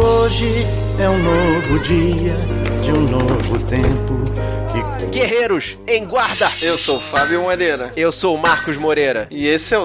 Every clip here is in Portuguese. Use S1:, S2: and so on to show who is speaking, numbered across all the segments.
S1: Hoje é um novo dia de um novo tempo. Que...
S2: Guerreiros em guarda!
S3: Eu sou o Fábio Moreira.
S2: Eu sou o Marcos Moreira.
S3: E esse é o.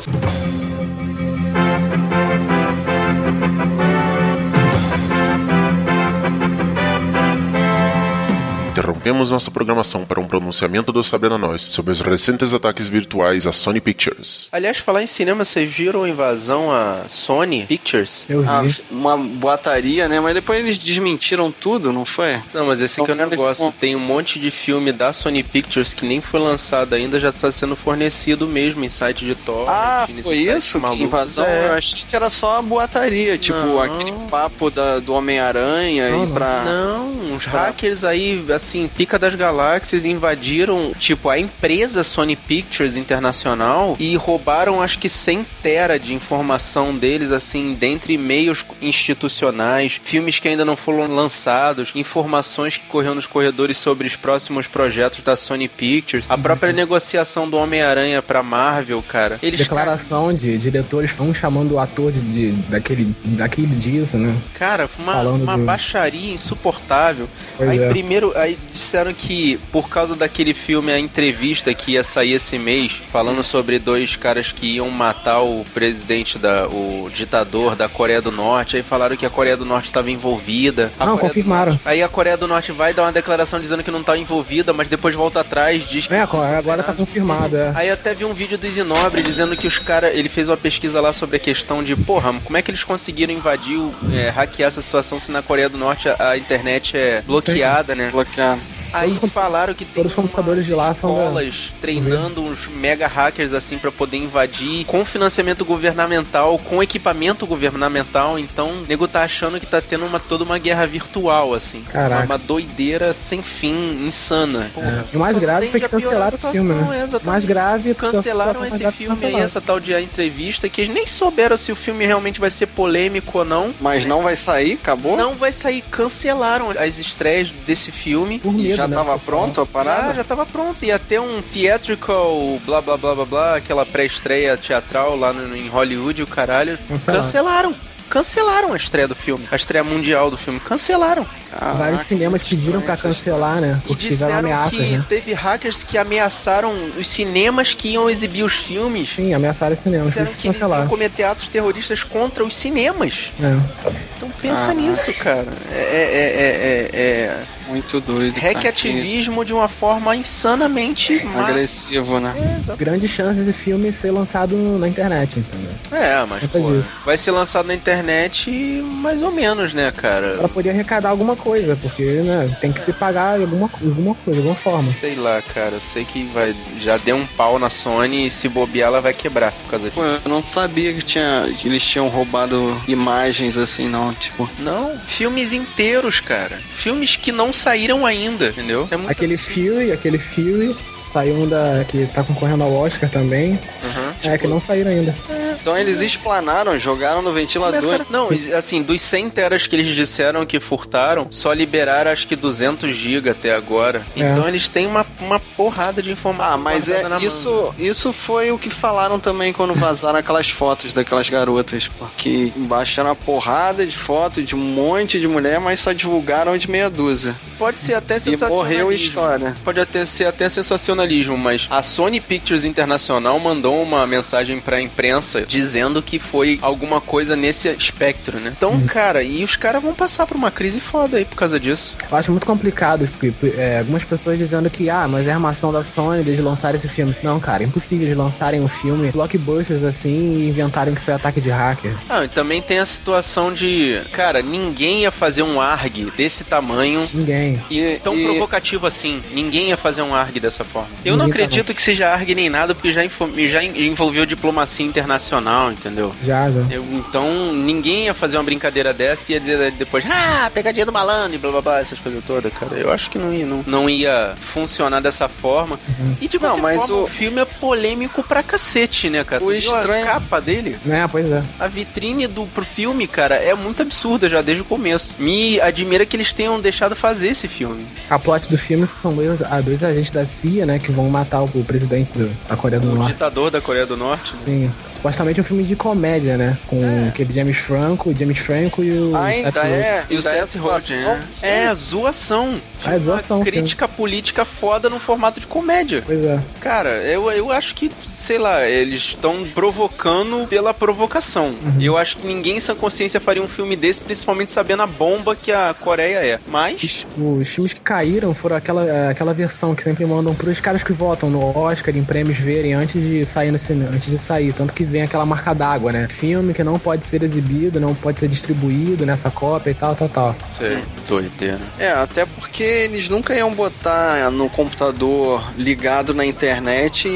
S4: Interrompemos nossa programação para um pronunciamento do Sabrina Nós sobre os recentes ataques virtuais à Sony Pictures.
S2: Aliás, falar em cinema, vocês viram a invasão à Sony Pictures?
S5: Eu vi.
S3: Ah, uma boataria, né? Mas depois eles desmentiram tudo, não foi?
S2: Não, mas esse aqui é o
S3: Não, mas
S2: negócio.
S3: não.
S2: Tem um monte de filme da Sony Pictures que nem foi lançado ainda, já está sendo fornecido mesmo em site de torrent.
S3: Ah,
S2: nesses
S3: foi
S2: sites
S3: isso?
S2: malucos.
S3: Que invasão? né? Eu
S2: É.
S3: achei que era só a boataria, tipo
S2: Não.
S3: aquele papo da, do Homem-Aranha
S5: Não,
S3: e
S5: não.
S3: pra.
S2: Não, os hackers aí, assim, pica das galáxias, invadiram, tipo, a empresa Sony Pictures Internacional e roubaram, acho que 100 tera de informação deles, assim, dentre e-mails institucionais, filmes que ainda não foram lançados, informações que corriam nos corredores sobre os próximos projetos da Sony Pictures, a própria negociação do Homem-Aranha pra Marvel, cara. Eles
S5: Declaração de diretores fãs chamando o ator de, de- daquele, daquele disso, né?
S2: Cara, foi uma,
S5: Falando
S2: uma
S5: do-
S2: baixaria insuportável.
S5: Pois
S2: aí
S5: é.
S2: primeiro, aí disseram que por causa daquele filme, a entrevista que ia sair esse mês, falando sobre dois caras que iam matar o presidente da. o ditador da Coreia do Norte, aí falaram que a Coreia do Norte estava envolvida. A
S5: Não,
S2: Coreia do
S5: confirmaram.
S2: Norte- Aí a Coreia do Norte vai dar uma declaração dizendo que não tá envolvida, mas depois volta atrás, diz que.
S5: É, agora, agora tá confirmado, é.
S2: Aí eu até vi um vídeo do Isinobre dizendo que os caras. Ele fez uma pesquisa lá sobre a questão de, porra, como é que eles conseguiram invadir, o- é, hackear essa situação se na Coreia do Norte a, a internet é bloqueada, né?
S3: Bloqueado.
S2: Aí
S5: Todos os compu-
S2: falaram que tem
S5: todos os computadores de lá são da-
S2: escolas treinando uns mega hackers assim pra poder invadir com financiamento governamental, com equipamento governamental. Então, o nego tá achando que tá tendo uma toda uma guerra virtual assim.
S5: Caraca.
S2: Uma doideira sem fim, insana. Porra.
S5: É. E o mais
S2: Só
S5: grave
S2: tende
S5: foi que
S2: a piorar a
S5: cancelaram o filme,
S2: situação, é,
S5: né? O
S2: exatamente.
S5: mais grave porque a
S2: Cancelaram
S5: situação mais
S2: esse
S5: grave
S2: filme aí,
S5: cancelaram.
S2: essa tal de a entrevista, que eles nem souberam se o filme realmente vai ser polêmico ou não.
S3: Mas não vai sair? Acabou?
S2: Não vai sair, cancelaram as estreias desse filme.
S5: Por
S3: E
S5: medo,
S3: já
S5: né,
S3: tava
S5: pessoal?
S3: pronto a
S2: Ah,
S3: parada?
S2: já tava pronto, ia ter um theatrical, blá blá blá blá blá, aquela pré-estreia teatral lá no, em Hollywood, o caralho.
S5: Cancelaram.
S2: Cancelaram. Cancelaram a estreia do filme, a estreia mundial do filme. Cancelaram.
S3: Ah,
S5: Vários cinemas pediram pra cancelar, né?
S2: E
S5: Porque tiveram
S2: disseram
S5: ameaças,
S2: que
S5: né?
S2: teve hackers que ameaçaram os cinemas que iam exibir os filmes.
S5: Sim, ameaçaram os cinemas, por
S2: Disseram
S5: isso que
S2: que eles iam
S5: cancelaram.
S2: cometer atos terroristas contra os cinemas.
S5: É.
S2: Então pensa nisso, cara. É, é, é, é,
S3: Muito
S2: é.
S3: doido. cara.
S2: Hack ativismo de uma forma insanamente
S3: Isso.
S2: má.
S3: Agressivo, né?
S5: Grandes chances de filme ser lançado na internet, entendeu?
S2: É, mas
S5: Conta
S2: pô,
S5: disso.
S2: vai ser lançado na internet mais ou menos, né, cara?
S5: Pra poder arrecadar alguma coisa, porque né, tem que se pagar de alguma, co- alguma coisa, de alguma forma.
S2: Sei lá, cara. Eu sei que vai já deu um pau na Sony e se bobear ela vai quebrar por causa disso.
S3: Pô, eu não sabia que, tinha, que eles tinham roubado imagens assim, não. Tipo,
S2: Não, filmes inteiros, cara. Filmes que não saíram ainda, entendeu? É muito
S5: Aquele
S2: absurdo.
S5: Fury, aquele Fury, saiu um da. que tá concorrendo ao Oscar também.
S2: Aham.
S5: É, que não saíram ainda.
S3: então eles explanaram, jogaram no ventilador.
S2: Começaram- Não, e, assim, dos 100 teras que eles disseram que furtaram, só liberaram acho que 200 GB até agora.
S5: É.
S2: Então eles têm uma, uma porrada de informação.
S3: Ah, mas é
S2: guardada na manga.
S3: isso, isso foi o que falaram também quando vazaram aquelas fotos daquelas garotas, porque embaixo era uma porrada de foto de um monte de mulher, mas só divulgaram de meia dúzia.
S2: Pode ser até
S3: E
S2: sensacionalismo.
S3: morreu a história.
S2: Pode até ser até sensacionalismo, mas a Sony Pictures Internacional mandou uma mensagem pra imprensa dizendo que foi alguma coisa nesse espectro, né? Então, cara, e os caras vão passar por uma crise foda aí por causa disso.
S5: Eu acho muito complicado, porque é, algumas pessoas dizendo que, ah, mas é armação da Sony de lançarem esse filme. Não, cara, é impossível eles lançarem um filme, blockbusters assim, e inventarem que foi ataque de hacker.
S2: Ah, e também tem a situação de, cara, ninguém ia fazer um ARG desse tamanho
S5: Ninguém.
S2: E,
S3: E-
S2: tão
S3: e-
S2: provocativo assim. Ninguém ia fazer um ARG dessa forma. Eu não
S5: Ninguém tá,
S2: acredito que seja ARG nem nada, porque já, info- já en- envolveu diplomacia internacional, entendeu?
S5: Já, já.
S2: Eu- então, ninguém ia fazer uma brincadeira dessa e ia dizer depois, ah, pegadinha do malandro e blá blá blá, essas coisas todas, cara. Eu acho que não ia, não, não ia funcionar dessa forma. E de
S3: Não,
S2: qualquer
S3: mas
S2: forma, o...
S3: o-
S2: filme é polêmico pra cacete, né, cara?
S3: O
S2: Tu viu
S3: estranho-
S2: A capa dele?
S5: Né, pois é.
S2: A vitrine do pro filme, cara, é muito absurda já desde o começo. Me admira que eles tenham deixado fazer esse filme.
S5: A plot do filme são dois, ah, dois agentes da CIA, né, que vão matar o, o presidente do- da Coreia do
S2: O
S5: Norte.
S2: ditador da Coreia do Norte. né?
S5: Sim, supostamente é um filme de comédia, né? Com aquele James Franco, o James Franco e o Seth
S3: É. Ainda
S5: Rogen.
S3: é.
S2: E o
S3: ainda
S2: Seth Rogen. né? É, zoação.
S5: Ah, é zoação,
S2: Uma
S5: filme.
S2: Crítica política foda no formato de comédia.
S5: Pois é.
S2: Cara, eu, eu acho que, sei lá, eles estão provocando pela provocação.
S5: Uhum.
S2: E eu acho que ninguém em sã consciência faria um filme desse, principalmente sabendo a bomba que a Coreia é. Mas.
S5: Os, os filmes que caíram foram aquela, é, aquela versão que sempre mandam pros caras que votam no Oscar, em prêmios verem antes de sair no cinema, antes de sair. Tanto que vem aquela marca d'água, né? Filme que não pode ser exibido, não pode ser distribuído nessa Copa e tal, tal, tal.
S2: Sei, doideira.
S3: É, até porque eles nunca iam botar no computador ligado na internet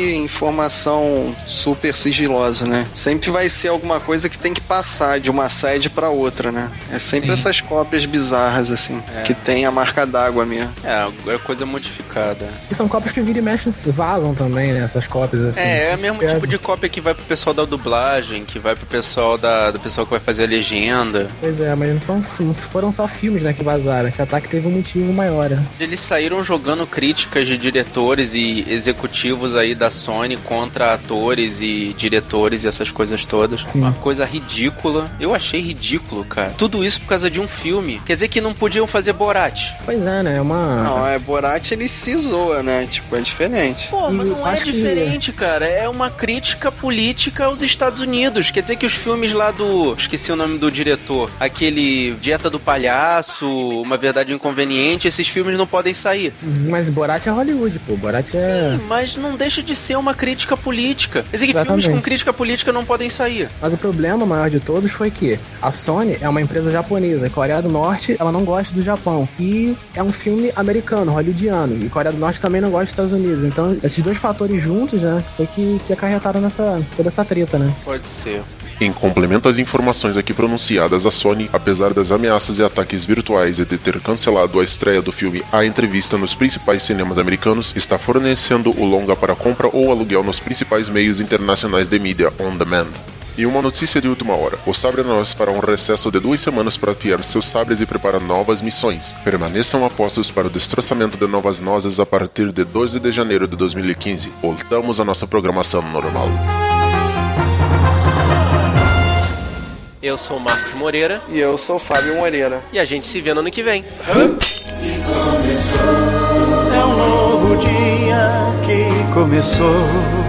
S3: informação super sigilosa, né? Sempre vai ser alguma coisa que tem que passar de uma sede pra outra, né? É sempre
S2: Sim.
S3: essas cópias bizarras, assim, que tem a marca d'água mesmo.
S2: É, é coisa modificada.
S5: E são cópias que vira e mexe vazam também, né? Essas cópias assim.
S2: é, é o mesmo tipo de cópia que vai pro pessoal da dublagem, que vai pro pessoal da, do pessoal que vai fazer a legenda.
S5: Pois é, mas não, são, não foram só filmes, né, que vazaram. Esse ataque teve um motivo maior, né?
S2: Eles saíram jogando críticas de diretores e executivos aí da Sony contra atores e diretores e essas coisas todas.
S5: Sim.
S2: Uma coisa ridícula. Eu achei ridículo, cara. Tudo isso por causa de um filme. Quer dizer que não podiam fazer Borat.
S5: Pois é, né? É uma.
S3: Não, é Borat, ele se zoa, né? Tipo, é diferente.
S2: Pô, mas
S5: E
S2: não é
S5: acho que-
S2: diferente, cara. É uma crítica política aos Estados Unidos. Quer dizer que os filmes lá do. Esqueci o nome do diretor. Aquele Dieta do Palhaço, Uma Verdade Inconveniente. Esses filmes não podem sair.
S5: Mas Borat é Hollywood, pô. Borat é.
S2: Sim, mas não deixa de ser uma crítica política. Quer dizer que filmes
S5: Exatamente.
S2: com crítica política não podem sair.
S5: Mas o problema maior de todos foi que a Sony é uma empresa japonesa. A Coreia do Norte, ela não gosta do Japão. E é um filme americano, hollywoodiano. E a Coreia do Norte também não gosta dos Estados Unidos. Então, esses dois fatores juntos, né? Foi que, que acarretaram nessa, toda essa treta, né?
S2: Pode ser.
S4: Em complemento às informações aqui pronunciadas, a Sony, apesar das ameaças e ataques virtuais e de ter cancelado a estreia do filme A Entrevista nos principais cinemas americanos, está fornecendo o longa para compra ou aluguel nos principais meios internacionais de mídia on demand. E uma notícia de última hora. O Sabre Nós fará um recesso de duas semanas para afiar seus sabres e preparar novas missões. Permaneçam apostos para o destroçamento de novas nozes a partir de 12 de janeiro de 2015. Voltamos à nossa programação normal.
S6: Eu sou o Marcos Moreira
S3: E eu sou o Fábio Moreira.
S6: e a gente se vê no ano que vem.
S1: É um novo dia que começou.